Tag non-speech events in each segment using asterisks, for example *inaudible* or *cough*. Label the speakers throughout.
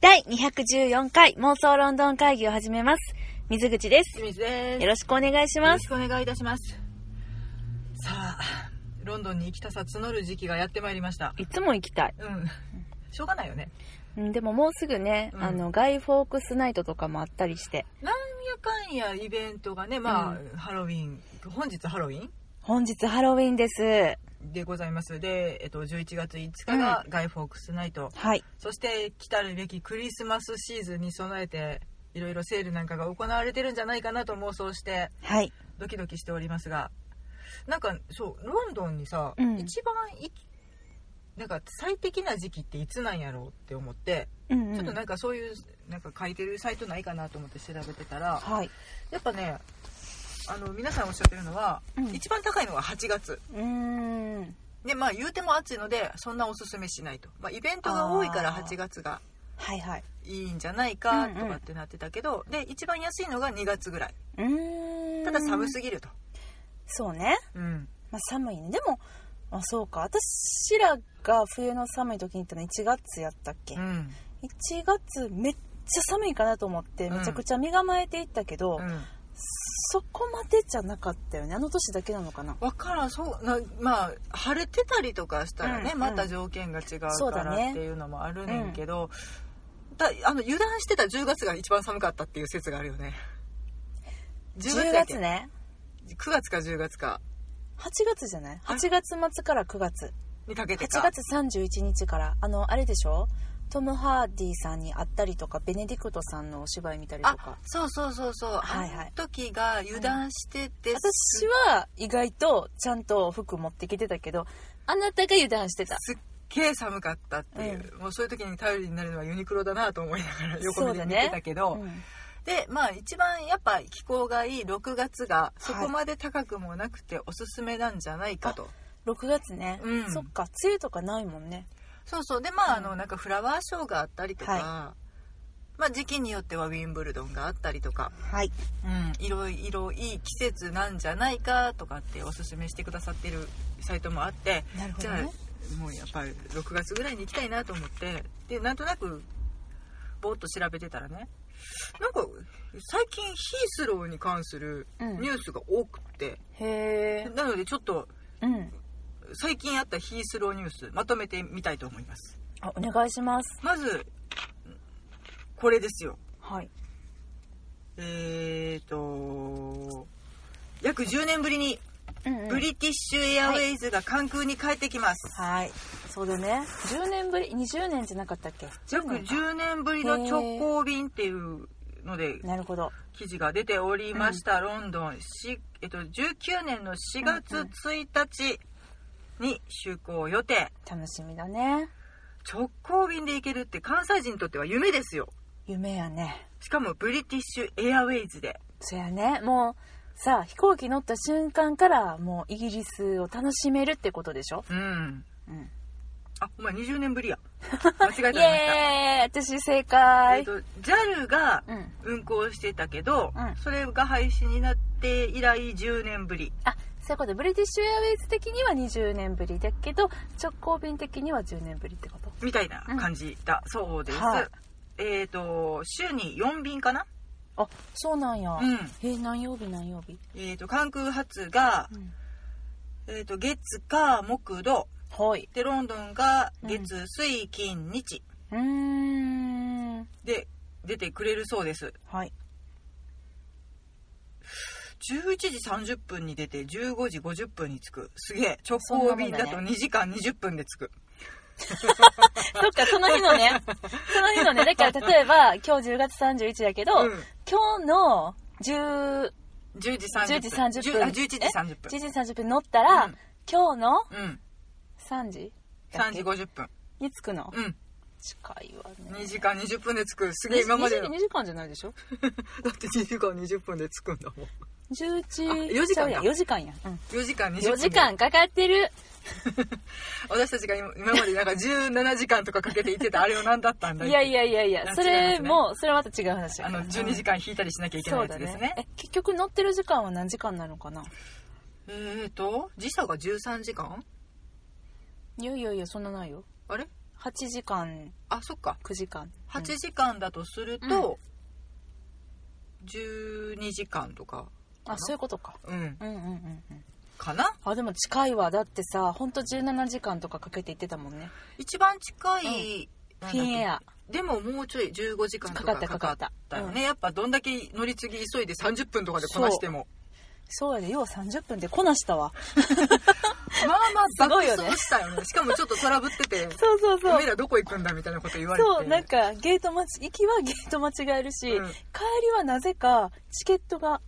Speaker 1: 第214回妄想ロンドン会議を始めます。水口です。
Speaker 2: 清水です。
Speaker 1: よろしくお願いし
Speaker 2: よ
Speaker 1: ま
Speaker 2: ろし
Speaker 1: す。
Speaker 2: くお願いいたします。さあ、ロンドンに行きたさ募る時期がやってまいりました。
Speaker 1: いつも行きたい。
Speaker 2: うん。しょうがないよね。
Speaker 1: うんでももうすぐね、
Speaker 2: うん
Speaker 1: あの、ガイ・フォークスナイトとかもあったりして、
Speaker 2: なんやかんやイベントがね、まあ、
Speaker 1: う
Speaker 2: ハロウィン、本日ハロウィン
Speaker 1: 本日ハロウィンです。
Speaker 2: でございます。で、えっと、11月5日がガイ・フォークスナイト。
Speaker 1: はい。
Speaker 2: そして、来たるべきクリスマスシーズンに備えて、いろいろセールなんかが行われてるんじゃないかなと妄想して、
Speaker 1: はい。
Speaker 2: ドキドキしておりますがなんかそうロンドンにさ、
Speaker 1: うん
Speaker 2: 一番いなんか最適な時期っていつなんやろうって思って、
Speaker 1: うん、うん。
Speaker 2: ちょっとなんかそういうなんか書いてるサイトないかなと思って調べてたら
Speaker 1: はい。
Speaker 2: やっぱねあの皆さんおっしゃってるのは、
Speaker 1: うん
Speaker 2: 一番高いのが8月
Speaker 1: うーん。
Speaker 2: でまあ言うても暑いのでそんなおすすめしないと、まあ、イベントが多いから
Speaker 1: あー
Speaker 2: 8月が
Speaker 1: はいはい。
Speaker 2: いいんじゃないか
Speaker 1: うんうん
Speaker 2: とかってなってたけど、で一番安いのが2月ぐらいう
Speaker 1: ーん。
Speaker 2: ただ寒すぎると、
Speaker 1: そうね。
Speaker 2: うん、
Speaker 1: まあ寒いね。でも、あ、そうか。私らが冬の寒い時に行ったの1月やったっけ、
Speaker 2: うん、
Speaker 1: 1月めっちゃ寒いかなと思って
Speaker 2: うん
Speaker 1: めちゃくちゃ身構えていったけど、
Speaker 2: うん
Speaker 1: そこまでじゃなかったよねあの年だけなのかな
Speaker 2: わからんそうなまあ晴れてたりとかしたらね、
Speaker 1: うん
Speaker 2: また条件が違うか
Speaker 1: そうだ
Speaker 2: ら
Speaker 1: ね
Speaker 2: っていうのもあるねんけど、だあの油断してた10月が一番寒かったっていう説があるよね10
Speaker 1: 10
Speaker 2: 月やっけ
Speaker 1: 月ね
Speaker 2: 9月か10月か
Speaker 1: 8月じゃない8月末から9月
Speaker 2: にかけてか
Speaker 1: 8月31日からあのあれでしょトム・ハーディさんに会ったりとかベネディクトさんのお芝居見たりと
Speaker 2: あ
Speaker 1: か
Speaker 2: そうそうそうそう、
Speaker 1: はいはい
Speaker 2: あの時が油断してて、
Speaker 1: 私は意外とちゃんと服持ってきてたけどあなたが油断してた
Speaker 2: すっげえ寒かったっていう、もうそういう時に頼りになるのはユニクロだなと思いながら横目で見てたけど、
Speaker 1: うん
Speaker 2: でまあ一番やっぱ気候がいい6月がそこまで高くもなくておすすめなんじゃないかと、
Speaker 1: 6月ね、
Speaker 2: うん
Speaker 1: そっか梅雨とかないもんね
Speaker 2: そうそうでまああ
Speaker 1: うん
Speaker 2: のなんかフラワーショーがあったりとか、
Speaker 1: は
Speaker 2: まあ時期によってはウィンブルドンがあったりとか、
Speaker 1: はい
Speaker 2: うん、いろいろいい季節なんじゃないかとかっておすすめしてくださってるサイトもあって
Speaker 1: なるほ
Speaker 2: じ
Speaker 1: ど
Speaker 2: ゃ
Speaker 1: ね
Speaker 2: あもうやっぱり6月ぐらいに行きたいなと思ってでなんとなくぼーっと調べてたらねなんか最近ヒースローに関する
Speaker 1: うん
Speaker 2: ニュースが多くて、
Speaker 1: へえ
Speaker 2: なのでちょっと
Speaker 1: うん
Speaker 2: 最近あったヒースローニュースまとめてみたいと思います
Speaker 1: あお願いします
Speaker 2: まずこれですよ
Speaker 1: はい
Speaker 2: えーと約10年ぶりに
Speaker 1: うんうん
Speaker 2: ブリティッシュエアウェイズが関空に帰ってきます、
Speaker 1: はいそうだね10年ぶり20年じゃなかったっけ
Speaker 2: 約10年ぶりの直行便っていうので
Speaker 1: なるほど
Speaker 2: 記事が出ておりました、ロンドン、しえっと、19年の4月1日に就航予定
Speaker 1: 楽しみだね
Speaker 2: 直行便で行けるって関西人にとっては夢ですよ
Speaker 1: 夢やね
Speaker 2: しかもブリティッシュエアウェイズで
Speaker 1: そやねもうさあ飛行機乗った瞬間からもうイギリスを楽しめるってことでしょ、
Speaker 2: うん
Speaker 1: うん、
Speaker 2: あお前20年ぶ
Speaker 1: *laughs*
Speaker 2: りや間違
Speaker 1: イ
Speaker 2: えてました
Speaker 1: エーイ私正
Speaker 2: えっ
Speaker 1: 解
Speaker 2: と JAL が
Speaker 1: うん
Speaker 2: 運行してたけど、
Speaker 1: うん
Speaker 2: それが廃止になって以来10年ぶり
Speaker 1: あそういうことでブリティッシュエアウェイズ的には20年ぶりだけど直行便的には10年ぶりってこと
Speaker 2: みたいな感じだ、そうです、
Speaker 1: はい
Speaker 2: えっ、と週に4便かな
Speaker 1: あそうなんや、
Speaker 2: うん
Speaker 1: えー何曜日何曜日、
Speaker 2: えっ、と関空発が、
Speaker 1: うん、
Speaker 2: えー、と月火木土
Speaker 1: はい
Speaker 2: でロンドンが
Speaker 1: うん
Speaker 2: 月、水金日
Speaker 1: うーん
Speaker 2: で出てくれるそうです
Speaker 1: はい
Speaker 2: 11時30分に出て15時50分に着くすげえ直行便だ
Speaker 1: そんな
Speaker 2: と
Speaker 1: もん
Speaker 2: 2時間20分で着く
Speaker 1: そっか、その日の
Speaker 2: *laughs*
Speaker 1: ね、その日のね、だから例えば、今日10月31だけど、
Speaker 2: うん
Speaker 1: 今日の10
Speaker 2: 10時30分
Speaker 1: 10時30分
Speaker 2: 10あ11時30
Speaker 1: 1
Speaker 2: 分
Speaker 1: 時30分乗ったら、
Speaker 2: うん
Speaker 1: 今日の
Speaker 2: うん
Speaker 1: 3時だっ
Speaker 2: 3
Speaker 1: け
Speaker 2: 時50分
Speaker 1: に着くの、
Speaker 2: うん
Speaker 1: 近いわね。
Speaker 2: 2時間20分で着くすげえ
Speaker 1: に
Speaker 2: 今までの *laughs*
Speaker 1: に2時間じゃないでしょ
Speaker 2: だって2時間20分で着くんだもん
Speaker 1: ?11 時
Speaker 2: あ4時間だ
Speaker 1: や4時間や。うん。
Speaker 2: 4時間20分
Speaker 1: 4時間かかってる。
Speaker 2: 私たちが今今までなんか17時間とかかけて行ってたあれは何だったんだ
Speaker 1: いやい
Speaker 2: や
Speaker 1: やいやい
Speaker 2: 違い
Speaker 1: や、
Speaker 2: ます
Speaker 1: そ
Speaker 2: ね
Speaker 1: れも、それまた違う話や
Speaker 2: あ
Speaker 1: から
Speaker 2: の12時間引いたりしなきゃいけない
Speaker 1: そう
Speaker 2: や
Speaker 1: だ
Speaker 2: つですね
Speaker 1: ね。え、結局乗ってる時間は何時間なのかな
Speaker 2: えーと時差が13時間
Speaker 1: いやいやいや、そんなないよ。
Speaker 2: あれ
Speaker 1: 8時間
Speaker 2: あそっか
Speaker 1: 9時間
Speaker 2: 8時間だとすると、12時間とか
Speaker 1: うんあそういうことか
Speaker 2: うん
Speaker 1: うんうんうんうん
Speaker 2: かな
Speaker 1: あでも近いわだってさほんと17時間とかかけて行ってたもんね
Speaker 2: 一番近い、
Speaker 1: フィンエア
Speaker 2: でももうちょい15時間とか
Speaker 1: かかった
Speaker 2: かかっ
Speaker 1: かかった
Speaker 2: たよね、やっぱどんだけ乗り継ぎ急いで30分とかでこなしても
Speaker 1: そうやでよう30分でこなしたわ
Speaker 2: まあまあ
Speaker 1: すごいよね
Speaker 2: 爆走したよねしかもちょっとトラブってて
Speaker 1: *laughs* そうそう
Speaker 2: 「おめえらどこ行くんだ」みたいなこと言われて
Speaker 1: そうなんかゲート待ち行きはゲート間違えるし、
Speaker 2: うん
Speaker 1: 帰りはなぜかチケットが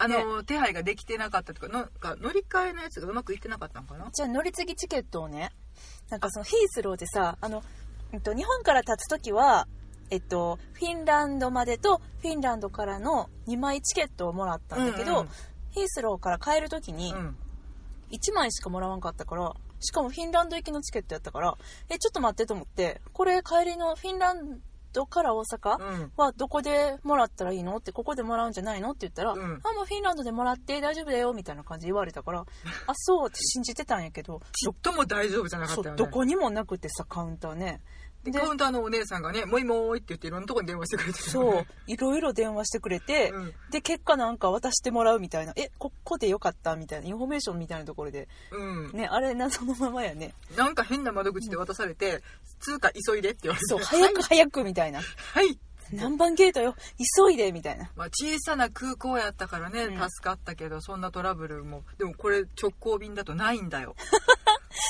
Speaker 2: あの、手配ができてなかったとかなんか乗り換えのやつがうまくいってなかったのかな
Speaker 1: じゃあ乗り継ぎチケットをねなんかそのヒースローでさあの、えっと、日本から立つ時は、えっと、フィンランドまでとフィンランドからの2枚チケットをもらったんだけど、
Speaker 2: うんうん
Speaker 1: ヒースローから帰る時に
Speaker 2: うん
Speaker 1: 1枚しかもらわんかったからしかもフィンランド行きのチケットやったからえちょっと待ってと思ってこれ帰りのフィンランドから大阪、
Speaker 2: うん
Speaker 1: はどこでもらったらいいのってここでもらうんじゃないのって言ったら、
Speaker 2: うん
Speaker 1: あもうフィンランドでもらって大丈夫だよみたいな感じで言われた
Speaker 2: *laughs*
Speaker 1: からあそうって信じてたんやけど
Speaker 2: ちっとも大丈夫じゃなか
Speaker 1: そ
Speaker 2: っ
Speaker 1: う
Speaker 2: たよね
Speaker 1: どこにもなくてさカウンターね
Speaker 2: で
Speaker 1: で
Speaker 2: カウンターのお姉さんがね「もいもーい」って言っていろんなとこに電話してくれてたよ
Speaker 1: そう
Speaker 2: ね
Speaker 1: いろいろ電話してくれて、
Speaker 2: うん
Speaker 1: で結果なんか渡してもらうみたいなえここでよかったみたいなインフォメーションみたいなところで
Speaker 2: うん
Speaker 1: ねあれ謎のままやね
Speaker 2: なんか変な窓口で渡されて、通貨急いでって言われて。
Speaker 1: そう
Speaker 2: *laughs*
Speaker 1: 早く早くみたいな
Speaker 2: はい。
Speaker 1: 何番ゲートよ急いでみたいな
Speaker 2: まあ、小さな空港やったからね、
Speaker 1: うん
Speaker 2: 助かったけど、そんなトラブルも。でもこれ直行便だとないん
Speaker 1: *laughs*
Speaker 2: だよ。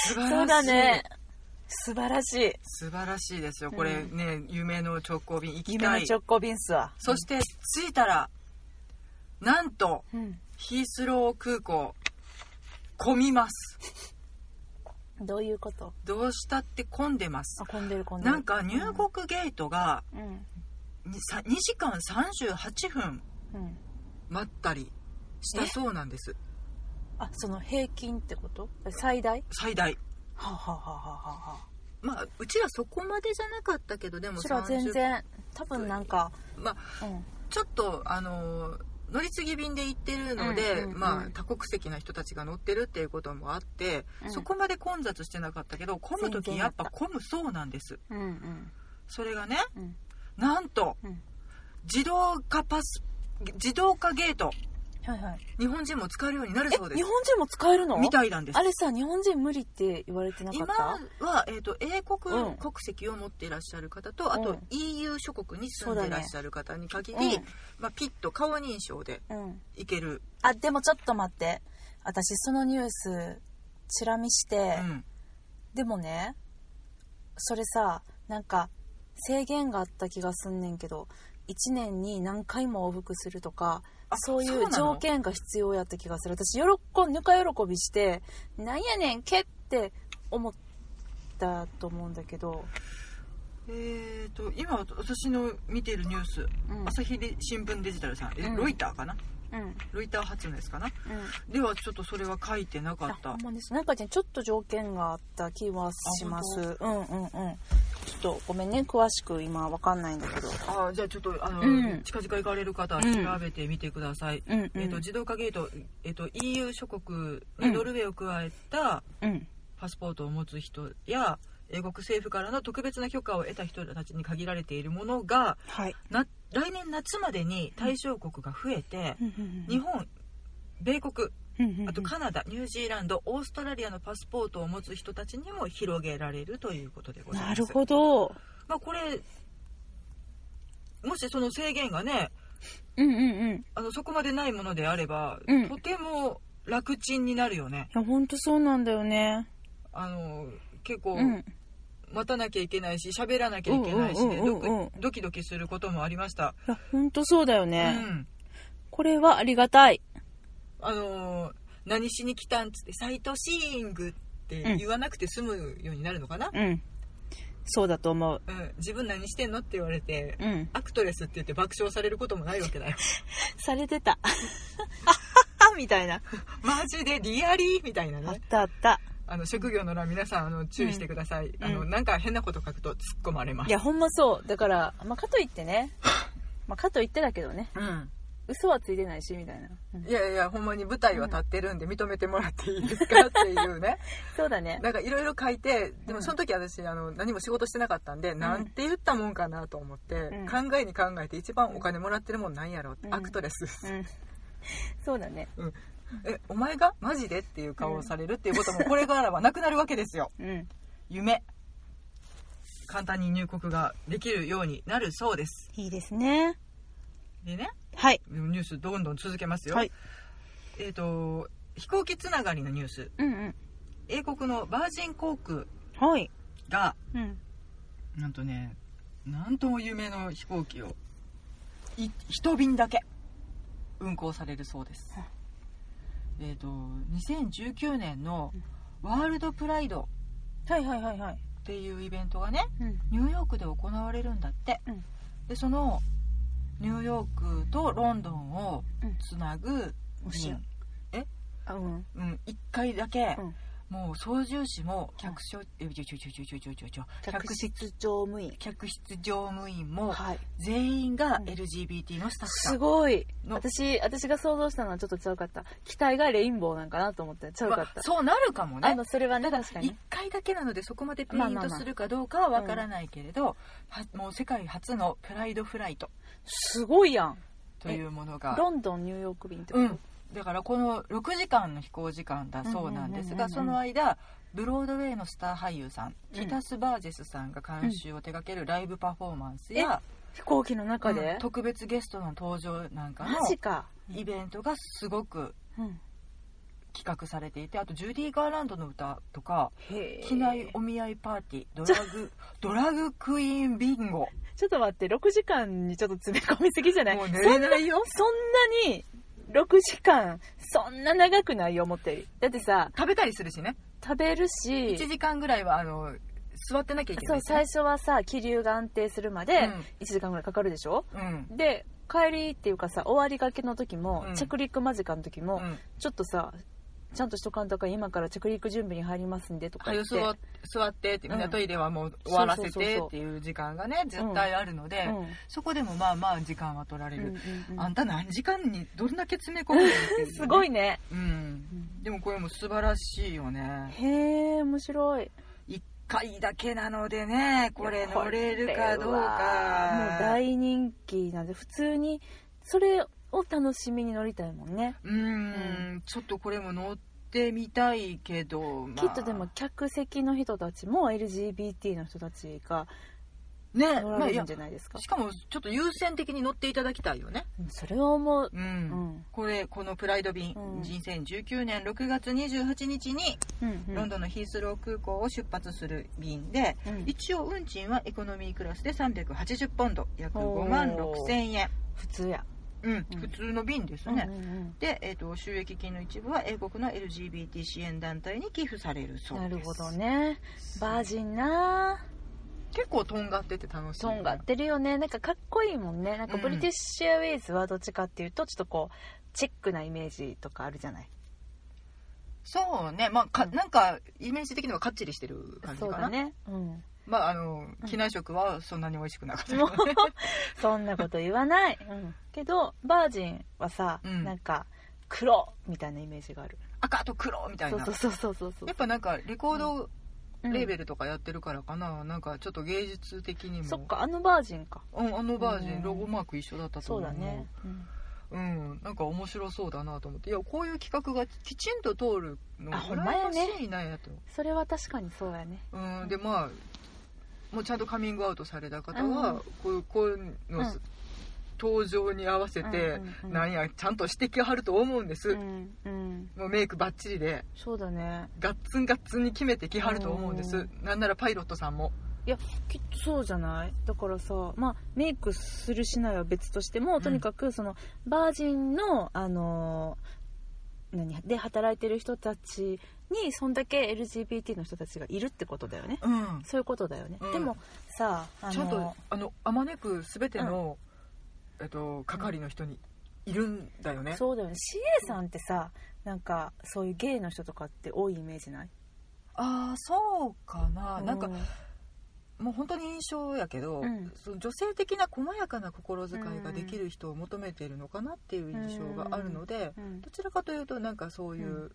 Speaker 2: 素晴らしい。
Speaker 1: そうだね素晴らしい
Speaker 2: 素晴らしいですよ。これね、夢の直行便行き
Speaker 1: 夢
Speaker 2: た
Speaker 1: の
Speaker 2: い。
Speaker 1: 直行便っすわ
Speaker 2: そして着いたら、なんと、
Speaker 1: うん
Speaker 2: ヒースロー空港、混みます。
Speaker 1: どういうこと
Speaker 2: どうしたって混んでます
Speaker 1: あ。混んでる混んでる
Speaker 2: なんか入国ゲートが
Speaker 1: うん
Speaker 2: にさ2時間38分
Speaker 1: うん
Speaker 2: 待ったりしたそうなんです
Speaker 1: あその平均ってこと最大
Speaker 2: 最大
Speaker 1: はあ、はあはあはあは
Speaker 2: まあうちらそこまでじゃなかったけどで
Speaker 1: あ
Speaker 2: も
Speaker 1: うちらは全然多分なんか
Speaker 2: 30まあ
Speaker 1: うん
Speaker 2: ちょっとあのー乗り継ぎ便で行ってるの
Speaker 1: う
Speaker 2: で、
Speaker 1: んうんうん
Speaker 2: まあ、多国籍な人たちが乗ってるっていうこともあって、
Speaker 1: うん
Speaker 2: そこまで混雑してなかったけど混む時
Speaker 1: 全然
Speaker 2: や
Speaker 1: だ
Speaker 2: っ
Speaker 1: った
Speaker 2: ぱ混むそうなんです
Speaker 1: うんうん
Speaker 2: それがね
Speaker 1: うん
Speaker 2: なんと
Speaker 1: うん
Speaker 2: 自動化パス自動化ゲート
Speaker 1: はいはい
Speaker 2: 日本人も使えるようになる
Speaker 1: え
Speaker 2: そうで
Speaker 1: 日
Speaker 2: す
Speaker 1: 本人も使えるの
Speaker 2: みたいなんです
Speaker 1: あれさ日本人無理って言われてなかっ
Speaker 2: 今
Speaker 1: た
Speaker 2: は、えー、と英国
Speaker 1: うん
Speaker 2: 国籍を持っていらっしゃる方と、あ
Speaker 1: う
Speaker 2: と
Speaker 1: ん
Speaker 2: EU 諸国に住んでいらっしゃる方に限り、
Speaker 1: うん
Speaker 2: まあ、ピッと顔認証で
Speaker 1: うん
Speaker 2: いける、
Speaker 1: あでもちょっと待って私そのニュースチラ見して
Speaker 2: う、ん
Speaker 1: でもねそれさなんか制限があった気がすんねんけど1年に何回も往復するとか
Speaker 2: あ
Speaker 1: そうい
Speaker 2: そうな
Speaker 1: う
Speaker 2: の
Speaker 1: 条件が必要やった気がする私喜んぬか喜びしてなんやねんけって思ったと思うんだけど、
Speaker 2: えー、と今私の見ているニュース、
Speaker 1: うん、
Speaker 2: 朝日新聞デジタルさん、え
Speaker 1: うん
Speaker 2: ロイターかな
Speaker 1: うんうん
Speaker 2: ロイター発のやつかなではちょっとそれは書いてなか
Speaker 1: あ
Speaker 2: った
Speaker 1: ほんまですなんかねちょっと条件があった気はしますうんうんうんちょっとごめんね詳しく今わかんないんだけど
Speaker 2: あーじゃあちょっとあの、
Speaker 1: うん
Speaker 2: 近々行かれる方は調べてみてください、
Speaker 1: うんう
Speaker 2: えー、と
Speaker 1: ん
Speaker 2: 自動化ゲート、えー、と EU 諸国
Speaker 1: う
Speaker 2: に
Speaker 1: ん
Speaker 2: ノルウェーを加えた、
Speaker 1: うん
Speaker 2: パスポートを持つ人や英国政府からの特別な許可を得た人たちに限られているものが
Speaker 1: はい
Speaker 2: な来年夏までに対象国が増えて日本米国あとカナダニュージーランドオーストラリアのパスポートを持つ人たちにも広げられるということでございます。
Speaker 1: なるほど。
Speaker 2: まあ、これもしその制限がね
Speaker 1: うんうんうん。い
Speaker 2: あのそこまでないものであれば、
Speaker 1: うん
Speaker 2: とても楽ちんになるよね。
Speaker 1: や、ほんとそうなんだよね。
Speaker 2: あの結構、
Speaker 1: うん。
Speaker 2: 待たなきゃいけないし喋らなきゃいけないしで
Speaker 1: うんうん
Speaker 2: ド
Speaker 1: うんうん
Speaker 2: キドキドキすることもありました、
Speaker 1: いや、ほんとそうだよ
Speaker 2: う
Speaker 1: ね。
Speaker 2: ん、
Speaker 1: これはありがたい。
Speaker 2: あのー何しに来たんつってサイトシーイングって言わなくて済むようになるのかな、
Speaker 1: うん。そうだと思う。
Speaker 2: うん、自分何してんのって言われて、
Speaker 1: うん。
Speaker 2: アクトレスって言って爆笑されることもない
Speaker 1: *laughs*
Speaker 2: わけだよ
Speaker 1: されてた。みたいな。
Speaker 2: マジでリアリーみたいな
Speaker 1: あっ
Speaker 2: ね
Speaker 1: たあった。
Speaker 2: あの職業のら皆さんあの注意してください、
Speaker 1: ん
Speaker 2: あの
Speaker 1: うん
Speaker 2: なんか変なこと書くと突っ込まれま
Speaker 1: い
Speaker 2: す
Speaker 1: や、ほんまそう。だから、まあ、かといってね。まあ、かといってだけどね。
Speaker 2: うん
Speaker 1: 嘘はついてないしみたいな、うん
Speaker 2: いやいやほんまに舞台は立ってるんで認めてもらっていいですかってい
Speaker 1: *laughs*
Speaker 2: うね
Speaker 1: そうだね
Speaker 2: なんかいろいろ書いてで
Speaker 1: う
Speaker 2: も
Speaker 1: ん
Speaker 2: その時私あの何も仕事してなかったんで、なんて言ったもんかなと思って、
Speaker 1: ん
Speaker 2: 考えに考えて一番お金もらってるもんなんやろって、
Speaker 1: うん
Speaker 2: アクトレス、
Speaker 1: うんそうだね
Speaker 2: えお前がマジでっていう顔をされるっていうこともこれからはなくなるわけですよ
Speaker 1: うん
Speaker 2: 夢簡単に入国ができるようになるそうです
Speaker 1: いいですね
Speaker 2: でね
Speaker 1: はい
Speaker 2: ニュースどんどん続けますよ、
Speaker 1: はい
Speaker 2: えっ、と飛行機つながりのニュース
Speaker 1: うんうん
Speaker 2: 英国のバージン航空
Speaker 1: はい
Speaker 2: が
Speaker 1: うん
Speaker 2: なんとねなんとも有名の飛行機をい一便だけ運航されるそうです
Speaker 1: はい
Speaker 2: えっ、と2019年のワールドプライド
Speaker 1: はいはいはいはい
Speaker 2: っていうイベントがね
Speaker 1: うん
Speaker 2: ニューヨークで行われるんだって、
Speaker 1: うん
Speaker 2: でそのニューヨークとロンドンをつなぐ
Speaker 1: おし
Speaker 2: 便
Speaker 1: あうん
Speaker 2: うん、1回だけ、
Speaker 1: うん
Speaker 2: もう操縦士も客室、えちょちょちょちょちょちょちょちょ客
Speaker 1: 客
Speaker 2: 室
Speaker 1: 室乗務員
Speaker 2: 客室乗務員も
Speaker 1: はい
Speaker 2: 全員が
Speaker 1: うん
Speaker 2: LGBT のスタッフさ
Speaker 1: す
Speaker 2: ん
Speaker 1: ごい
Speaker 2: の
Speaker 1: 私私が想像したのはちょっとちゃうかった機体がレインボーなんかなと思ってちゃうかっ
Speaker 2: まあ
Speaker 1: た
Speaker 2: そうなるかも
Speaker 1: あ
Speaker 2: ね
Speaker 1: のそれはね確か
Speaker 2: 1
Speaker 1: に
Speaker 2: 回だけなのでそこまでペ
Speaker 1: まあ
Speaker 2: イン
Speaker 1: まあ
Speaker 2: ト
Speaker 1: まあ
Speaker 2: するかどうかはわからないけれど、はもう世界初のプライドフライト
Speaker 1: すごいやん
Speaker 2: というものが
Speaker 1: ロンドンニューヨーク便ってこ
Speaker 2: う
Speaker 1: と、
Speaker 2: ん、だからこの6時間の飛行時間だそうなんですが、
Speaker 1: うんうんうんうん
Speaker 2: その間ブロードウェイのスター俳優さん、
Speaker 1: うん
Speaker 2: ティタス・バージェスさんが監修を手掛けるライブパフォーマンスや、
Speaker 1: 飛行機の中で、
Speaker 2: うん特別ゲストの登場なんか
Speaker 1: マジ
Speaker 2: の
Speaker 1: か、
Speaker 2: イベントがすごく
Speaker 1: うん、
Speaker 2: 企画されていてあとジュディ・ガーランドの歌とか
Speaker 1: へえ
Speaker 2: 機内お見合いパーティードラ
Speaker 1: *laughs*
Speaker 2: グドラグクイーンビンゴ
Speaker 1: ちょっと待って6時間にちょっと詰め込みすぎじゃない
Speaker 2: もう寝れないよ
Speaker 1: そんなに6時間そんな長くないよ思ってるだってさ
Speaker 2: 食べたりするしね
Speaker 1: 食べるし
Speaker 2: 1時間ぐらいはあの座ってなきゃいけな
Speaker 1: そ
Speaker 2: いうし
Speaker 1: 最
Speaker 2: ね、
Speaker 1: 初はさ気流が安定するまで1時間ぐらいかかるでしょ、
Speaker 2: うん
Speaker 1: で帰りっていうかさ終わりがけの時も、
Speaker 2: うん
Speaker 1: 着陸間近の時も、
Speaker 2: うんうん
Speaker 1: ちょっとさちゃんとしとかんとか今から着陸準備に入りますんでとか
Speaker 2: は
Speaker 1: 言
Speaker 2: よ
Speaker 1: って
Speaker 2: 座座ってってみん
Speaker 1: う
Speaker 2: なんトイレはもう終わらせ
Speaker 1: そうそうそう
Speaker 2: て
Speaker 1: そう
Speaker 2: っていう時間がね絶対あるので、
Speaker 1: うん
Speaker 2: そこでもまあまあ時間は取られ
Speaker 1: うん
Speaker 2: る、
Speaker 1: うんうん
Speaker 2: あんた何時間にどんだけ詰め込むのっていう、
Speaker 1: *laughs* すごい
Speaker 2: ね、
Speaker 1: ね
Speaker 2: うん、でもこれも素晴らしいよね
Speaker 1: へえ面白い
Speaker 2: 1回だけなのでねこ
Speaker 1: い
Speaker 2: れ
Speaker 1: やこ
Speaker 2: 乗れるかどうか
Speaker 1: もう大人気なんで普通にそれを楽しみに乗りたいもんね、
Speaker 2: うーん、ちょっとこれも乗ってみたいけど、まあ
Speaker 1: きっとでも客席の人たちも LGBT の人たちが
Speaker 2: ね
Speaker 1: 乗ら
Speaker 2: ま
Speaker 1: れ
Speaker 2: あい
Speaker 1: る
Speaker 2: や
Speaker 1: んじゃないですか、
Speaker 2: しかもちょっと優先的に乗っていただきたいよね
Speaker 1: うんそれは思う
Speaker 2: う
Speaker 1: うんん
Speaker 2: これこのプライド便、
Speaker 1: うん
Speaker 2: 2019年6月28日に
Speaker 1: うんうん
Speaker 2: ロンドンのヒースロー空港を出発する便で、
Speaker 1: うん
Speaker 2: 一応運賃はエコノミークラスで380ポンド約5万6千円、
Speaker 1: 普通や、
Speaker 2: うん
Speaker 1: うん
Speaker 2: 普通の便です
Speaker 1: うんうん
Speaker 2: ね、
Speaker 1: うん
Speaker 2: で、えー、と収益金の一部は英国の LGBT 支援団体に寄付されるそう
Speaker 1: な
Speaker 2: です
Speaker 1: るほどねバージンな
Speaker 2: 結構とんがってて楽しい
Speaker 1: とんがってるよねなんかかっこいいもんねなんか
Speaker 2: うん
Speaker 1: ブリティッシュエアウェイズはどっちかっていうとちょっとこうチェックなイメージとかあるじゃない
Speaker 2: そうねまあか、
Speaker 1: うん
Speaker 2: なんかイメージ的にはかっちりしてる感じか
Speaker 1: そう
Speaker 2: な
Speaker 1: だねうん
Speaker 2: まああの
Speaker 1: うん
Speaker 2: 機内食はそんなに美味しくなかったけ
Speaker 1: も
Speaker 2: ど
Speaker 1: うそんなこと言わない、うん、けどバージンはさ、
Speaker 2: うん
Speaker 1: なんか黒みたいなイメージがある
Speaker 2: 赤と黒みたい
Speaker 1: そう
Speaker 2: な
Speaker 1: そうそうそうそうそう
Speaker 2: やっぱなんかレコードレーベ
Speaker 1: ル、
Speaker 2: ルとかやってるからかな、なんかちょっと芸術的に
Speaker 1: う
Speaker 2: も
Speaker 1: んそっかあのバージンか
Speaker 2: うんあのバージ
Speaker 1: うん
Speaker 2: ンロゴマーク一緒だったと
Speaker 1: そう
Speaker 2: 思う
Speaker 1: だね、うん
Speaker 2: うんなんか面白そうだなと思っていやこういう企画がきちんと通るの
Speaker 1: あほんまやね
Speaker 2: 羨ましいなやと、
Speaker 1: それは確かにそうやね
Speaker 2: うんでまあもうちゃんとカミングアウトされた方は、
Speaker 1: うん
Speaker 2: こういうこういうの、
Speaker 1: うん
Speaker 2: 登場に合わせて、
Speaker 1: うんうんうん
Speaker 2: なんやちゃんとしてきはると思うんです、
Speaker 1: うんうん
Speaker 2: もうメイクバッチリで
Speaker 1: そうだね
Speaker 2: ガッツンガッツンに決めてきはると思うんです、
Speaker 1: うん
Speaker 2: なんならパイロットさんも
Speaker 1: きっとそうじゃないだからさ、まあ、メイクするしないは別としても
Speaker 2: ん
Speaker 1: とにかくそのバージンの、あのー何で働いてる人たちにそんだけ LGBT の人たちがいるってことだよね
Speaker 2: うん
Speaker 1: そういうことだよね、
Speaker 2: うん
Speaker 1: でもさあのー
Speaker 2: ちゃんとあのあまねく全ての、えっと、係の人にいるんだよね、
Speaker 1: そうだよね CA さんってさなんかそういうゲイの人とかって多いイメージない
Speaker 2: ああそうかななんか
Speaker 1: う
Speaker 2: もう本当に印象やけど、
Speaker 1: うん
Speaker 2: その女性的な細やかな心遣いができる人を求めているのかなっていう印象があるので、
Speaker 1: うん
Speaker 2: どちらかというとなんかそういうう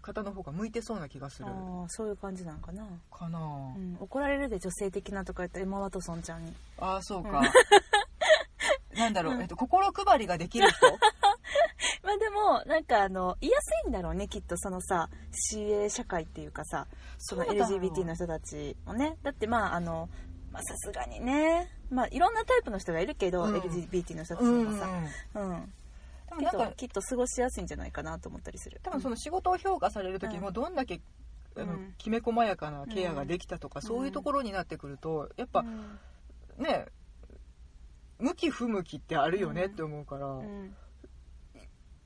Speaker 2: 方の方が向いてそうな気がする
Speaker 1: ああそういう感じなんかな、
Speaker 2: かな、
Speaker 1: うん、怒られるで女性的なとか言ったエマ・ワトソンちゃんに
Speaker 2: ああそうか、 *laughs* なんだろう、えっと、心配りができる人
Speaker 1: まあでもなんかあの言いやすいんだろうねきっとそのさ CA 社会っていうかさその
Speaker 2: そうだろう
Speaker 1: LGBT の人たちをねだってまああのまあさすがにねまあいろんなタイプの人がいるけど、
Speaker 2: うん
Speaker 1: LGBT の人たち
Speaker 2: うん、う
Speaker 1: も
Speaker 2: ん、で
Speaker 1: さ、うん
Speaker 2: も
Speaker 1: け
Speaker 2: なん
Speaker 1: ど
Speaker 2: か
Speaker 1: きっと過ごしやすいんじゃないかなと思ったりする
Speaker 2: 多分その仕事を評価される時もどんだけ、あの
Speaker 1: うん
Speaker 2: きめ細やかなケアができたとか、
Speaker 1: ん
Speaker 2: そういうところになってくるとやっ
Speaker 1: う
Speaker 2: ぱ
Speaker 1: ん
Speaker 2: ね向き不向きってあるよねって思うから、
Speaker 1: うん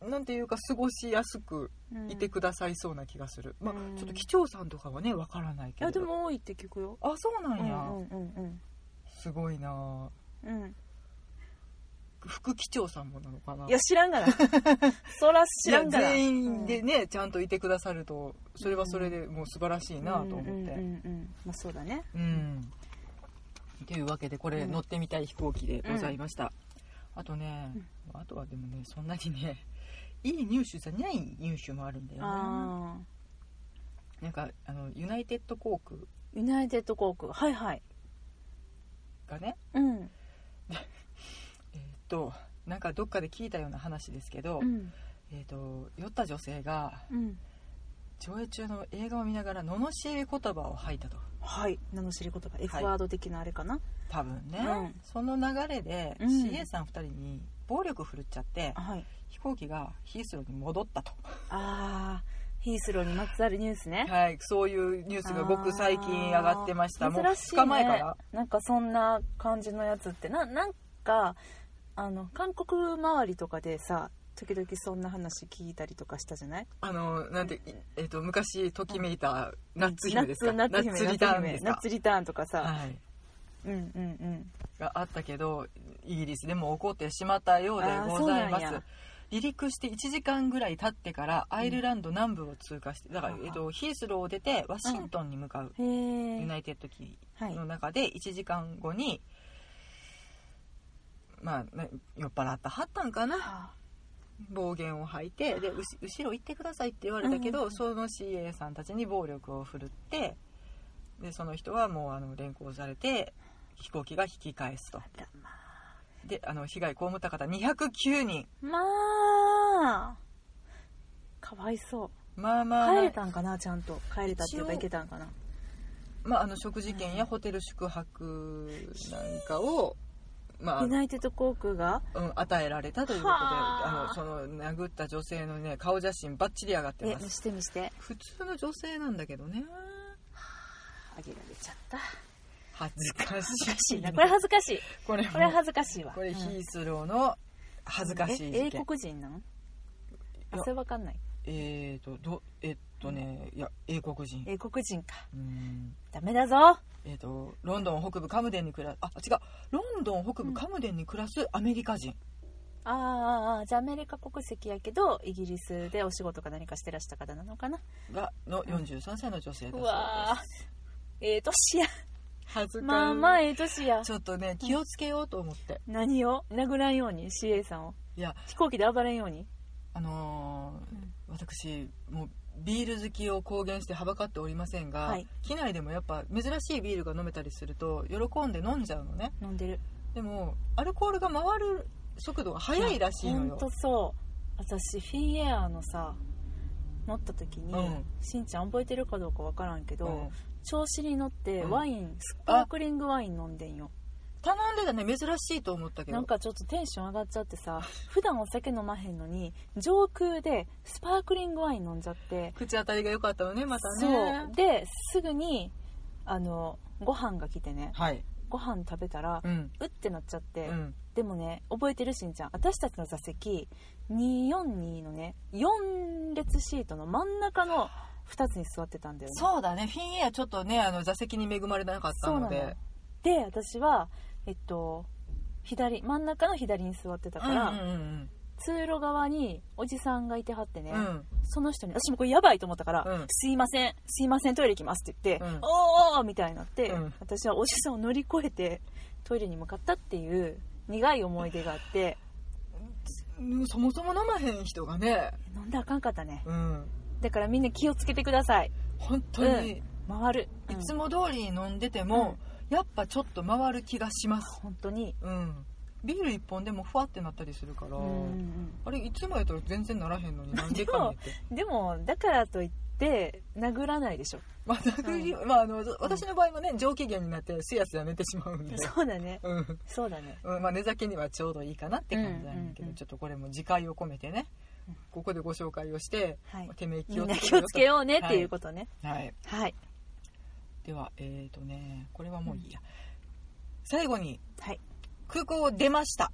Speaker 2: なんていうか過ごしやすく
Speaker 1: うん
Speaker 2: いてくださいそうな気がする、まあ
Speaker 1: うん
Speaker 2: ちょっと機長さんとかはねわからない
Speaker 1: い
Speaker 2: け
Speaker 1: や
Speaker 2: ど
Speaker 1: でも多いって聞くよ
Speaker 2: あそうなんや、
Speaker 1: うんうん
Speaker 2: すごいな
Speaker 1: うんうん
Speaker 2: 副機長さんもなのかない
Speaker 1: や知らんがな
Speaker 2: *laughs*
Speaker 1: そら知らんがな
Speaker 2: 全員でね、ちゃんといてくださるとそれはそれでもう素晴らしいなと思って、
Speaker 1: うんうんうんうんまあそうだね
Speaker 2: うん。というわけでこれ
Speaker 1: うん
Speaker 2: 乗ってみたい飛行機でございました、あとね
Speaker 1: うん、
Speaker 2: あとはでもねそんなにね *laughs* いい入手じゃない入手もあるんだよな
Speaker 1: ああ
Speaker 2: なんかあのユナイテッド航空
Speaker 1: ユナイテッド航空はいはい
Speaker 2: がね
Speaker 1: うん
Speaker 2: えーっとなんかどっかで聞いたような話ですけど、
Speaker 1: うん
Speaker 2: えーっと酔った女性が
Speaker 1: うん
Speaker 2: 上映中の映画を見ながら罵り言葉を吐いたと
Speaker 1: はい名の知ることが F
Speaker 2: はい
Speaker 1: ワード的なあれかな、
Speaker 2: 多分ね、
Speaker 1: うん
Speaker 2: その流れで、
Speaker 1: うん
Speaker 2: CA さん2人に暴力振るっちゃって
Speaker 1: はい
Speaker 2: 飛行機がヒースローに戻ったと
Speaker 1: ああヒースローにまつわるニュースね
Speaker 2: はい、そういうニュースがごく最近上がってました。もう
Speaker 1: 珍し
Speaker 2: 2
Speaker 1: い、ね、
Speaker 2: 日前から。
Speaker 1: なんかそんな感じのやつってななんかあの韓国周りとかでさ時々そんな話聞いたりとかしたじゃない
Speaker 2: あの、なんて、いえっ、と、昔ときめいたナッツ
Speaker 1: ナ
Speaker 2: 姫で
Speaker 1: ッ
Speaker 2: すか。
Speaker 1: ツナッツ
Speaker 2: ナッツ
Speaker 1: 姫
Speaker 2: リターンです
Speaker 1: ナッ
Speaker 2: か
Speaker 1: ツ。リターンとかさ、
Speaker 2: はい。
Speaker 1: うんうんうん
Speaker 2: があったけど、イギリスでも起こってしまったようでございま
Speaker 1: あーそうなん
Speaker 2: す
Speaker 1: や。
Speaker 2: 離陸して1時間ぐらい経ってからアイルランド南部を通過して、だから、えっ、と、ヒースローを出てワシントンに向かう、
Speaker 1: へえ
Speaker 2: ユナイテッド機
Speaker 1: はい
Speaker 2: の中で1時間後に、まあ、な酔っ払ったはったんかな。
Speaker 1: あ
Speaker 2: 暴言を吐いてでうし後ろ行ってくださいって言われたけど、
Speaker 1: うんうんうん
Speaker 2: その CA さんたちに暴力を振るってでその人はもうあの連行されて飛行機が引き返すと
Speaker 1: らま
Speaker 2: であの被害被った方209人
Speaker 1: まあかわいそう
Speaker 2: まあまあ、ま
Speaker 1: 帰れ
Speaker 2: あ
Speaker 1: たんかなちゃんと帰れたっていうか
Speaker 2: 一応
Speaker 1: 行けたんかな
Speaker 2: まあ、あの食事券やホテル宿泊なんかを、ま
Speaker 1: ユナイテッド航空が
Speaker 2: あうん、与えられたということで
Speaker 1: は
Speaker 2: あ
Speaker 1: あ
Speaker 2: のその殴った女性の、ね、顔写真バッチリ上がって
Speaker 1: え
Speaker 2: ま
Speaker 1: 見
Speaker 2: す
Speaker 1: して見して
Speaker 2: 普通の女性なんだけどね
Speaker 1: あげられちゃった
Speaker 2: 恥ずかしい
Speaker 1: *laughs* こ *laughs* れ恥ずかしい
Speaker 2: これも
Speaker 1: これ恥ずかしいわ
Speaker 2: これヒ
Speaker 1: うん
Speaker 2: ースローの恥ずかしい事
Speaker 1: え英
Speaker 2: 件
Speaker 1: 国人なん
Speaker 2: い
Speaker 1: あ
Speaker 2: や
Speaker 1: それわかんない
Speaker 2: えーとどえっとねいや英国人
Speaker 1: 英国人か
Speaker 2: うん
Speaker 1: ダメだぞ
Speaker 2: えーとロンドン北部カムデンに暮らあ違うロンドン北部カムデンに暮らすアメリカ人
Speaker 1: あーあーあーじゃあアメリカ国籍やけどイギリスでお仕事か何かしてらした方なのかな
Speaker 2: がの43歳の女性だそううです
Speaker 1: わーええ年や
Speaker 2: 恥ずかしい
Speaker 1: まあまあええ年や
Speaker 2: ちょっとね気をつけようと思って
Speaker 1: 何を殴らんように CA さんを
Speaker 2: いや
Speaker 1: 飛行機で暴れんように
Speaker 2: あのー私もうビール好きを公言してはばかっておりませんが、
Speaker 1: はい
Speaker 2: 機内でもやっぱ珍しいビールが飲めたりすると喜んで飲んじゃうのね
Speaker 1: 飲んでる
Speaker 2: でもアルコールが回る速度が速いらしいの
Speaker 1: ほん
Speaker 2: よ
Speaker 1: とそう私フィンエアーのさ乗った時に、
Speaker 2: うん
Speaker 1: しんちゃん覚えてるかどうかわからんけど、
Speaker 2: うん
Speaker 1: 調子に乗って
Speaker 2: うん
Speaker 1: ワイン、スパークリングワイン飲んでんよ
Speaker 2: 頼んでたね珍しいと思ったけど
Speaker 1: なんかちょっとテンション上がっちゃってさ
Speaker 2: *laughs*
Speaker 1: 普段お酒飲まへんのに上空でスパークリングワイン飲んじゃって、
Speaker 2: 口当たりが良かったのねまた
Speaker 1: そ
Speaker 2: ね
Speaker 1: うですぐにあのご飯が来てね
Speaker 2: はい
Speaker 1: ご飯食べたら、う
Speaker 2: うん
Speaker 1: ってなっちゃって、
Speaker 2: うん
Speaker 1: でもね覚えてるしんちゃん私たちの座席242のね4列シートの真ん中の2つに座ってたんだよね
Speaker 2: そうだねフィンエアちょっとねあの座席に恵まれなかったの
Speaker 1: そうなの
Speaker 2: で
Speaker 1: で私はえっと左真ん中の左に座ってたから、
Speaker 2: うんうんうん
Speaker 1: 通路側におじさんがいてはってね、
Speaker 2: うん
Speaker 1: その人に私もこれやばいと思ったから「
Speaker 2: うん
Speaker 1: すいませんすいませんトイレ行きます」って言って「
Speaker 2: うん
Speaker 1: おーおーみたいになって、
Speaker 2: うん
Speaker 1: 私はおじさんを乗り越えてトイレに向かったっていう苦い思い出があって
Speaker 2: うんそもそも飲まへん人がね
Speaker 1: 飲んだらあかんかったね
Speaker 2: うん
Speaker 1: だからみんな気をつけてください
Speaker 2: 本当に、
Speaker 1: 回る、
Speaker 2: いつ
Speaker 1: も
Speaker 2: も通りに飲んでても、やっぱちょっと回る気がします
Speaker 1: 本当に
Speaker 2: うんビール一本でもふわってなったりするから、
Speaker 1: うん
Speaker 2: あれいつもやったら全然ならへんのになんでかねって
Speaker 1: でもだからといって殴らないでしょ
Speaker 2: まあ、殴りまあ、あの私の場合もね上機嫌になってすやすや寝てしまうんで、
Speaker 1: そうだね
Speaker 2: うん
Speaker 1: そうだね
Speaker 2: うんまあ、寝酒にはちょうどいいかなって感じなんだけど、
Speaker 1: うんうんうん
Speaker 2: ちょっとこれも次回を込めてね
Speaker 1: うん
Speaker 2: ここでご紹介をして、
Speaker 1: はい
Speaker 2: てめえ
Speaker 1: み
Speaker 2: 気を
Speaker 1: んな
Speaker 2: つけ
Speaker 1: 気をつけ
Speaker 2: よ
Speaker 1: ようねっていうことね
Speaker 2: うはい、
Speaker 1: はい
Speaker 2: ではえー、とねこれはもういいや、最後に
Speaker 1: はい *laughs*
Speaker 2: 空港を出ました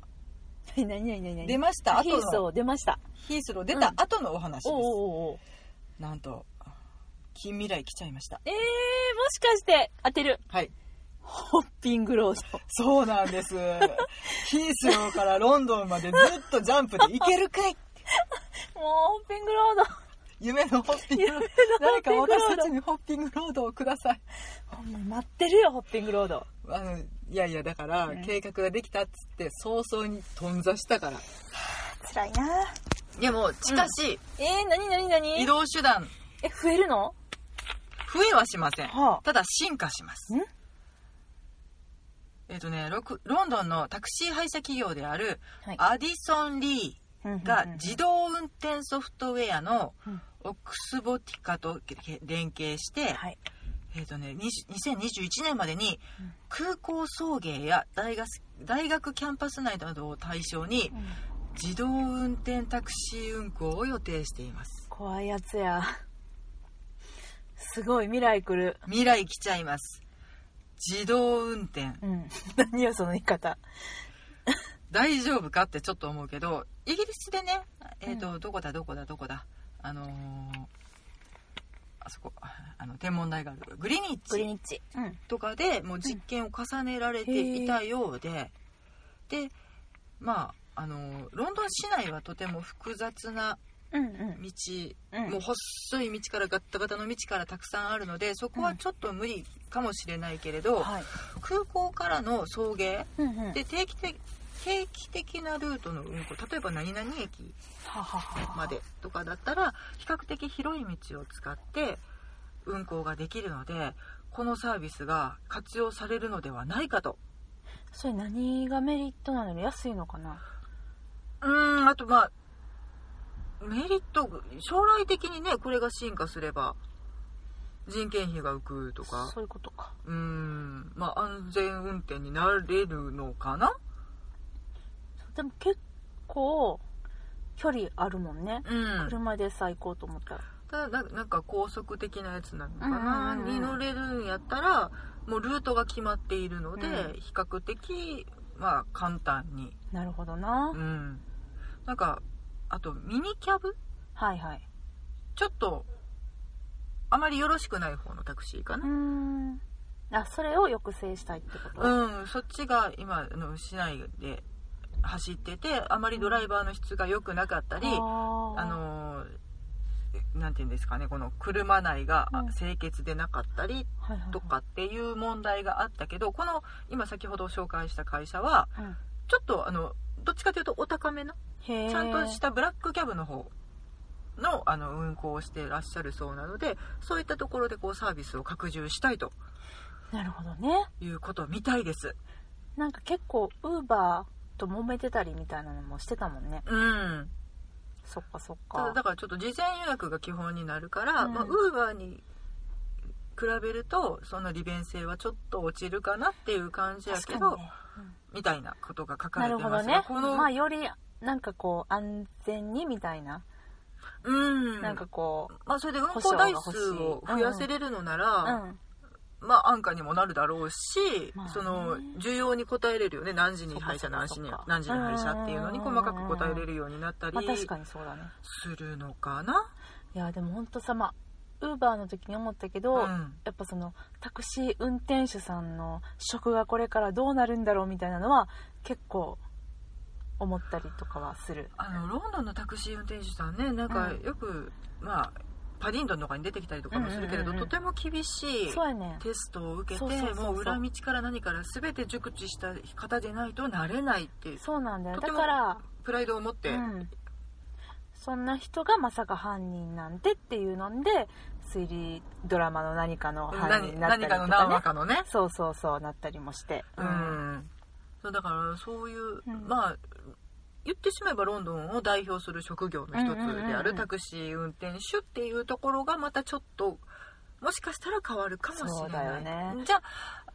Speaker 1: 何何何何
Speaker 2: 出ました
Speaker 1: ヒー
Speaker 2: 後
Speaker 1: ス
Speaker 2: の
Speaker 1: を出ました
Speaker 2: ヒースロー出た後のお話です、
Speaker 1: おうおうおう
Speaker 2: なんと近未来来ちゃいました
Speaker 1: えー、もしかして当てる
Speaker 2: はい
Speaker 1: *laughs* ホッピングロード
Speaker 2: そうな
Speaker 1: *laughs*
Speaker 2: んですヒースローからロンドンまでずっとジャンプで行けるかい
Speaker 1: もうホッピングロー
Speaker 2: 夢のホッピング
Speaker 1: *laughs*
Speaker 2: ロード誰か
Speaker 1: 夢のホッピングロード
Speaker 2: 私たちにホッピングロードをください
Speaker 1: ドほんまに待ってるよホッピングロード
Speaker 2: あのいやいやだから、
Speaker 1: うん
Speaker 2: 計画ができたっつって早々に頓挫したから
Speaker 1: 辛いな
Speaker 2: でもしかし、
Speaker 1: えー、何何何
Speaker 2: 移動手段
Speaker 1: え増えるの
Speaker 2: 増えはしません、
Speaker 1: はあ
Speaker 2: ただ進化します
Speaker 1: ん
Speaker 2: えっ、とねロクロンドンのタクシー配車企業である
Speaker 1: はい
Speaker 2: アディソン・リーが自動運転ソフトウェアの
Speaker 1: うん
Speaker 2: オックスボティカと連携して、
Speaker 1: はい
Speaker 2: えーとね、20 2021年までに
Speaker 1: うん
Speaker 2: 空港送迎や大学大学キャンパス内などを対象に自動運転タクシー運行を予定しています
Speaker 1: 怖いやつやすごい未来来る
Speaker 2: 未来来ちゃいます自動運転
Speaker 1: うん何よその言い方
Speaker 2: 大丈夫かってちょっと思うけどイギリスでねえっ、と、どこだどこだどこだあのーあそこあの天文台があるグリニッ
Speaker 1: グリ
Speaker 2: ジ
Speaker 1: ニッチうん
Speaker 2: とかでもう実験を重ねられていたようで、でまああのーロンドン市内はとても複雑な
Speaker 1: うん
Speaker 2: 道、
Speaker 1: うん
Speaker 2: もう細い道からガッタガタの道からたくさんあるのでそこはちょっと無理かもしれないけれど、
Speaker 1: はい
Speaker 2: 空港からの送迎
Speaker 1: うんうん
Speaker 2: で定期的定期的なルートの運行例えば何々駅
Speaker 1: ははは
Speaker 2: までとかだったら比較的広い道を使って運行ができるのでこのサービスが活用されるのではないかと
Speaker 1: それ何がメリットなのよ安いのかな
Speaker 2: うーんあとまあメリット将来的にねこれが進化すれば人件費が浮くとか
Speaker 1: そういうことか
Speaker 2: うーんまあ安全運転になれるのかな
Speaker 1: でも結構距離あるもんね、
Speaker 2: うん
Speaker 1: 車でさ行こうと思ったら
Speaker 2: ただななんか高速的なやつなのかな、
Speaker 1: うんうんうん
Speaker 2: に乗れるんやったらもうルートが決まっているので、
Speaker 1: うん
Speaker 2: 比較的まあ簡単に
Speaker 1: なるほどな、
Speaker 2: うんなんかあとミニキャブ
Speaker 1: はいはい
Speaker 2: ちょっとあまりよろしくない方のタクシーか
Speaker 1: うー
Speaker 2: な、
Speaker 1: んあそれを抑制したいってこと、
Speaker 2: うん、そっちが今あの市内で走っててあまりドライバーの質が良くなかったり、
Speaker 1: あー
Speaker 2: あのーなんていうんですかねこの車内が
Speaker 1: うん
Speaker 2: 清潔でなかったり
Speaker 1: はいはいはい
Speaker 2: とかっていう問題があったけどこの今先ほど紹介した会社は
Speaker 1: うん
Speaker 2: ちょっとあのどっちかというとお高めの
Speaker 1: へえ
Speaker 2: ちゃんとしたブラックキャブの方のあの運行をしてらっしゃるそうなのでそういったところでこうサービスを拡充したいと
Speaker 1: なるほどね
Speaker 2: いうことみたいです。
Speaker 1: なんか結構ウーバーと揉めてたりみたいなのもしてたもんね
Speaker 2: うん
Speaker 1: そっかそった
Speaker 2: だ
Speaker 1: か
Speaker 2: だからちょっと事前予約が基本になるから、
Speaker 1: うん
Speaker 2: まあ、ウーバーに比べるとその利便性はちょっと落ちるかなっていう感じやけ
Speaker 1: 確
Speaker 2: ど、
Speaker 1: かにね、うん
Speaker 2: みたいなことが書か
Speaker 1: な
Speaker 2: れ
Speaker 1: る
Speaker 2: て
Speaker 1: ほ
Speaker 2: ま
Speaker 1: ど
Speaker 2: す
Speaker 1: ね
Speaker 2: この、
Speaker 1: まあよりなんかこう安全にみたいな、
Speaker 2: うん
Speaker 1: なんかこう
Speaker 2: まあ、それで運行台数を増やせれるのなら、
Speaker 1: うん
Speaker 2: まあ、安価にもなるだろうし、
Speaker 1: まあね
Speaker 2: その需要に応えれるよね何時に配
Speaker 1: そ
Speaker 2: 車
Speaker 1: っか
Speaker 2: 何
Speaker 1: そっか
Speaker 2: 時に
Speaker 1: そっか
Speaker 2: 何時に配車っていうのに
Speaker 1: うん
Speaker 2: 細かく応えれるようになったり
Speaker 1: まあ、確かにそうだね
Speaker 2: するのかな。
Speaker 1: いやでも本当さまあウーバーの時に思ったけど、
Speaker 2: うん
Speaker 1: やっぱそのタクシー運転手さんの職がこれからどうなるんだろうみたいなのは結構思ったりとかはする
Speaker 2: あのロンドンのタクシー運転手さんねなんか
Speaker 1: うん
Speaker 2: よく、まあパディントンとかに出てきたりとかもするけれ
Speaker 1: うんうん
Speaker 2: ど、
Speaker 1: うんうん
Speaker 2: とても厳しい
Speaker 1: そうやねん
Speaker 2: テストを受けて
Speaker 1: そうそうそうそう
Speaker 2: もう裏道から何から全て熟知した方でないとなれないっていう
Speaker 1: そうなんだよ
Speaker 2: とて
Speaker 1: だ
Speaker 2: も
Speaker 1: から、
Speaker 2: プライドを持って、
Speaker 1: うん、そんな人がまさか犯人なんてっていうので推理ドラマの何かの犯人
Speaker 2: 何
Speaker 1: になったりと
Speaker 2: 何か
Speaker 1: か
Speaker 2: の何
Speaker 1: ね
Speaker 2: 話かのね
Speaker 1: そうそうそうなったりもして、
Speaker 2: う、んそうだからそういう、
Speaker 1: ん
Speaker 2: まあ言ってしまえばロンドンを代表する職業の一
Speaker 1: うんうんうんう
Speaker 2: つ
Speaker 1: ん
Speaker 2: であるタクシー運転手っていうところがまたちょっともしかしたら変わるかもしれない
Speaker 1: そうだよね
Speaker 2: じゃ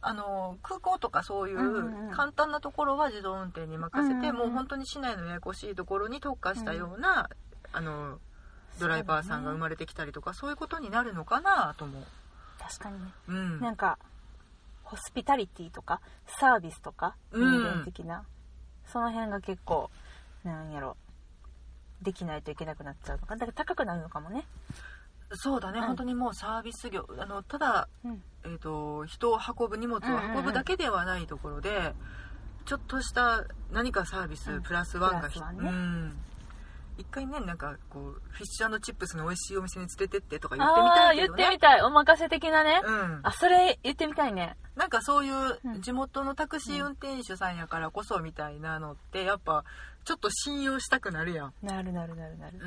Speaker 2: ああの空港とかそうい
Speaker 1: んうんう
Speaker 2: うんう簡単なところは自動運転に任せ
Speaker 1: うん
Speaker 2: て、
Speaker 1: うんうん
Speaker 2: もう本当に市内のややこしいところに特化したような、あのドライバーさんが生まれてきたりとかそういうことになるのかなとも、
Speaker 1: 確かにね
Speaker 2: うん、
Speaker 1: なんかホスピタリティとかサービスとか人
Speaker 2: うん
Speaker 1: 間的な、その辺が結構なんやろできないといけなくなっちゃうのかだから高くなるのかもね、
Speaker 2: そうだね、
Speaker 1: うん
Speaker 2: 本当にもうサービス業あのただ
Speaker 1: うん、
Speaker 2: えー、と人を運ぶ荷物を運ぶだけではないところで、ちょっとした何かサービ
Speaker 1: う
Speaker 2: ス
Speaker 1: ん
Speaker 2: プラスワンが
Speaker 1: プ
Speaker 2: ひ、
Speaker 1: ラスワン
Speaker 2: う
Speaker 1: ね
Speaker 2: ん一回ねなんかこうフィッシュチップスの美味しいお店に連れてってとか言ってみ
Speaker 1: あ
Speaker 2: た
Speaker 1: あ
Speaker 2: いけ
Speaker 1: 言
Speaker 2: ど
Speaker 1: ってみ
Speaker 2: ね
Speaker 1: たいお任せ的なね、
Speaker 2: うん、
Speaker 1: あそれ言ってみたいね
Speaker 2: なんかそういう
Speaker 1: うん
Speaker 2: 地元のタクシー運転手さんやからこそみたいなのってやっぱちょっと信用したくなるやん、
Speaker 1: なるなるなるなる
Speaker 2: うん、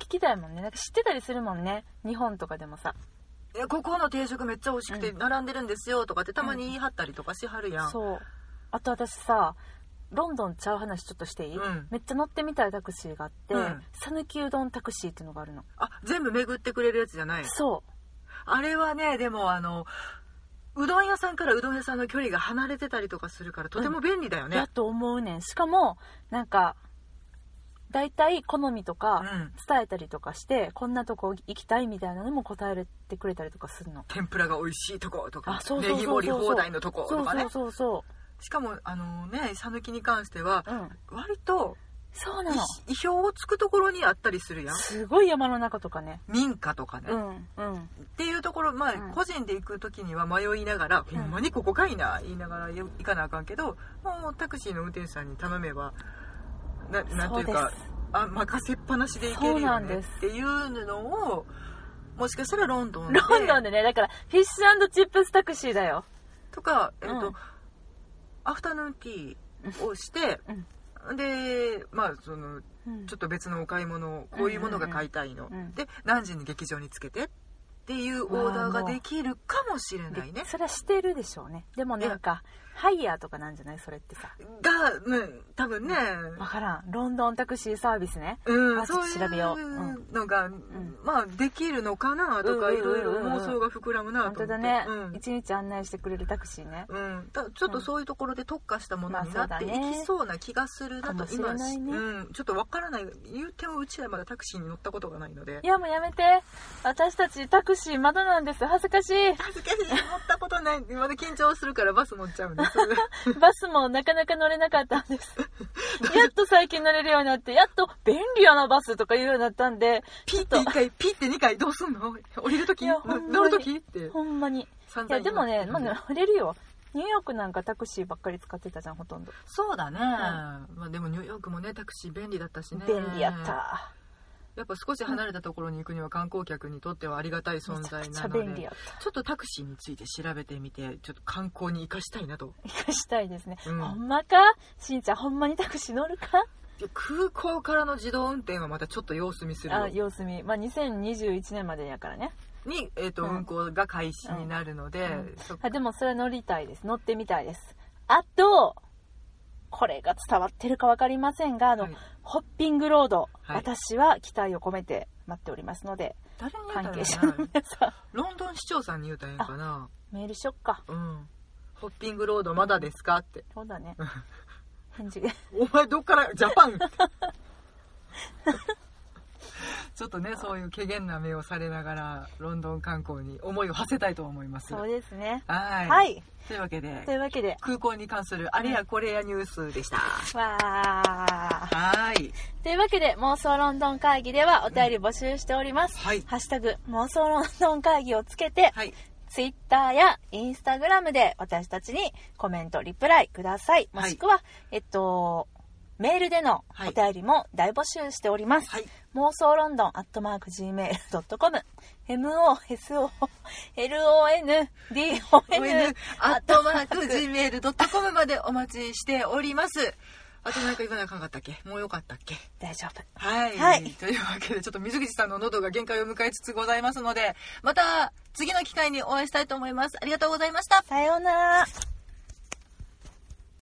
Speaker 1: 聞きたいもんねなんか知ってたりするもんね日本とかでもさ
Speaker 2: いやここの定食めっちゃ美味しくて
Speaker 1: うん
Speaker 2: 並んでるんですよとかってたまに言い張ったりとかしはるやん、
Speaker 1: そうあと私さロンドンちゃう話ちょっとしていい、
Speaker 2: うん
Speaker 1: めっちゃ乗ってみたいタクシーがあって
Speaker 2: うん
Speaker 1: 讃岐、ううどんタクシーっていうのがあるの、
Speaker 2: あ全部巡ってくれるやつじゃない
Speaker 1: そう
Speaker 2: あれはねでもあのうどん屋さんからうどん屋さんの距離が離れてたりとかするからとても便利だよね
Speaker 1: だ、と思うねんしかもなんか大体好みと
Speaker 2: う
Speaker 1: か
Speaker 2: ん、
Speaker 1: 伝えたりとかして、こんなとこ行きたいみたいなのも答えてくれたりとかするの
Speaker 2: 天ぷらが美味しいとことか
Speaker 1: あそうそうそうそう
Speaker 2: ネギ盛り放題のとこ
Speaker 1: そ
Speaker 2: と
Speaker 1: う
Speaker 2: かね
Speaker 1: そうそうそ
Speaker 2: しかもあのね讃岐に関しては
Speaker 1: ううん
Speaker 2: 割と
Speaker 1: そう
Speaker 2: 意
Speaker 1: なの
Speaker 2: 意表をつくところにあったりするやん
Speaker 1: すごい山の中とかね
Speaker 2: 民家とかね、
Speaker 1: う
Speaker 2: っ
Speaker 1: んうん
Speaker 2: ていうところまあ、
Speaker 1: うん
Speaker 2: 個人で行く時には迷いながら、
Speaker 1: ん
Speaker 2: ほんまにここかいな言いながらよ行かなあかんけどもうタクシーの運転手さんに頼めばななんていう
Speaker 1: そう
Speaker 2: か
Speaker 1: です
Speaker 2: あ任せっぱなしでいける
Speaker 1: そうな
Speaker 2: よ
Speaker 1: ん
Speaker 2: ね
Speaker 1: で
Speaker 2: っ
Speaker 1: す
Speaker 2: ていうのをもしかしたらロンドンで
Speaker 1: ロンドンでねだからフィッシュチップスタクシーだよ
Speaker 2: とか、えっと
Speaker 1: うん
Speaker 2: アフタヌーンティーをして、でまあそのちょっと別のお買い物をこういうものが買いたいの、
Speaker 1: うんうんうん
Speaker 2: で何時に劇場につけてっていうオーダーができるかもしれないね
Speaker 1: でそれはしてるでしょうねでもなんかハイヤーとかなんじゃないそれってさ
Speaker 2: が、うん、多分ね、
Speaker 1: 分からんロンドンタクシーサービスね
Speaker 2: うん
Speaker 1: あちょっ
Speaker 2: そ
Speaker 1: と調
Speaker 2: うい
Speaker 1: べよううん
Speaker 2: うのが、まあできるのかなとか、
Speaker 1: うん
Speaker 2: いろいろ
Speaker 1: うんうんうん
Speaker 2: 妄想が膨らむな
Speaker 1: 本
Speaker 2: と思
Speaker 1: 当
Speaker 2: って、
Speaker 1: だね
Speaker 2: うん
Speaker 1: 一、日案内してくれるタクシーね
Speaker 2: うん、たちょっとそういうところで特化したものになって
Speaker 1: まあそ
Speaker 2: い
Speaker 1: うだね
Speaker 2: きそうな気がするな
Speaker 1: かも
Speaker 2: と
Speaker 1: しれ
Speaker 2: 今
Speaker 1: ない
Speaker 2: し、
Speaker 1: ね
Speaker 2: うん、ちょっとわからない言うてもうちはまだタクシーに乗ったことがないので
Speaker 1: いやもうやめて私たちタクシーまだなんです恥ず
Speaker 2: *laughs*
Speaker 1: かしい
Speaker 2: 恥ずかしい乗ったことないまだ緊張するからバス乗っち
Speaker 1: *laughs*
Speaker 2: ゃうんです
Speaker 1: バスもなかなか乗れなかったんですやっと最近乗れるようになってやっと便利やなバスとかいうようになったんで
Speaker 2: ピッて1回ピッて2回どうすんの降りるとき
Speaker 1: いやほんまに
Speaker 2: 乗るときって
Speaker 1: ほんまにい
Speaker 2: 散々
Speaker 1: やでもね、
Speaker 2: 言
Speaker 1: ま
Speaker 2: わ
Speaker 1: あ、
Speaker 2: れて
Speaker 1: 乗れるよニューヨークなんかタクシーばっかり使ってたじゃんほとんど
Speaker 2: そうだね、まあ、でもニューヨークもねタクシー便利だったしね
Speaker 1: 便利やった
Speaker 2: やっぱ少し離れたところに行くには観光客にとってはありがたい存
Speaker 1: めちゃ
Speaker 2: 在
Speaker 1: くち
Speaker 2: な
Speaker 1: ゃ
Speaker 2: ので
Speaker 1: 便利やっ
Speaker 2: ちょっとタクシーについて調べてみてちょっと観光に生かしたいなと
Speaker 1: た生かしたいですね、
Speaker 2: うん
Speaker 1: ほんまかしんちゃんほんまにタクシー乗るか
Speaker 2: で空港からの自動運転はまたちょっと様子見するよ
Speaker 1: あ様子見、まあ、2021年までやからね
Speaker 2: に、えーと
Speaker 1: うん
Speaker 2: 運行が開始になるので、
Speaker 1: うん
Speaker 2: そ
Speaker 1: あでもそれは乗りたいです乗ってみたいですあとこれが伝わってるか分かりませんがあの、
Speaker 2: はい
Speaker 1: ホッピングロード、
Speaker 2: はい
Speaker 1: 私は期待を込めて待っておりますので
Speaker 2: 誰
Speaker 1: 関
Speaker 2: に言うたら
Speaker 1: 係
Speaker 2: いい
Speaker 1: 者の
Speaker 2: か
Speaker 1: *laughs*
Speaker 2: な
Speaker 1: 皆さ
Speaker 2: ロンドン市長さんに言うたらいいんかな、
Speaker 1: んメールしよっか
Speaker 2: うん、ホッピングロードまだですかって
Speaker 1: そうだ
Speaker 2: *laughs*
Speaker 1: ね返事が
Speaker 2: お前どっからジャパン *laughs* ちょっとねそういう怪げな目をされながらロンドン観光に思いを馳せたいと思います
Speaker 1: そ
Speaker 2: は
Speaker 1: う
Speaker 2: い、
Speaker 1: ですねはい
Speaker 2: というわけで
Speaker 1: というわけで
Speaker 2: 空港に関するあれやこれやニュースでした、
Speaker 1: わー
Speaker 2: はい
Speaker 1: というわけで妄想ロンドン会議ではお便り募集しております、
Speaker 2: はい
Speaker 1: ハッシュタグ妄想ロンドン会議をつけて、
Speaker 2: はい
Speaker 1: ツイッターやインスタグラムで私たちにコメントリプライくださいもしくは、えっとメールでの
Speaker 2: はい
Speaker 1: お便りも大募集しております。
Speaker 2: はい
Speaker 1: 妄想ロンドンアットマーク Gmail.com MOSOLONDON
Speaker 2: アットマーク Gmail.com までお待ちしておりますあとなんか言わなあかんかったっけもうよかったっけ
Speaker 1: 大丈夫。
Speaker 2: はい、
Speaker 1: はい
Speaker 2: というわけでちょっと水口さんの喉が限界を迎えつつございますのでまた次の機会にお会いしたいと思いますありがとうございました
Speaker 1: さようなら。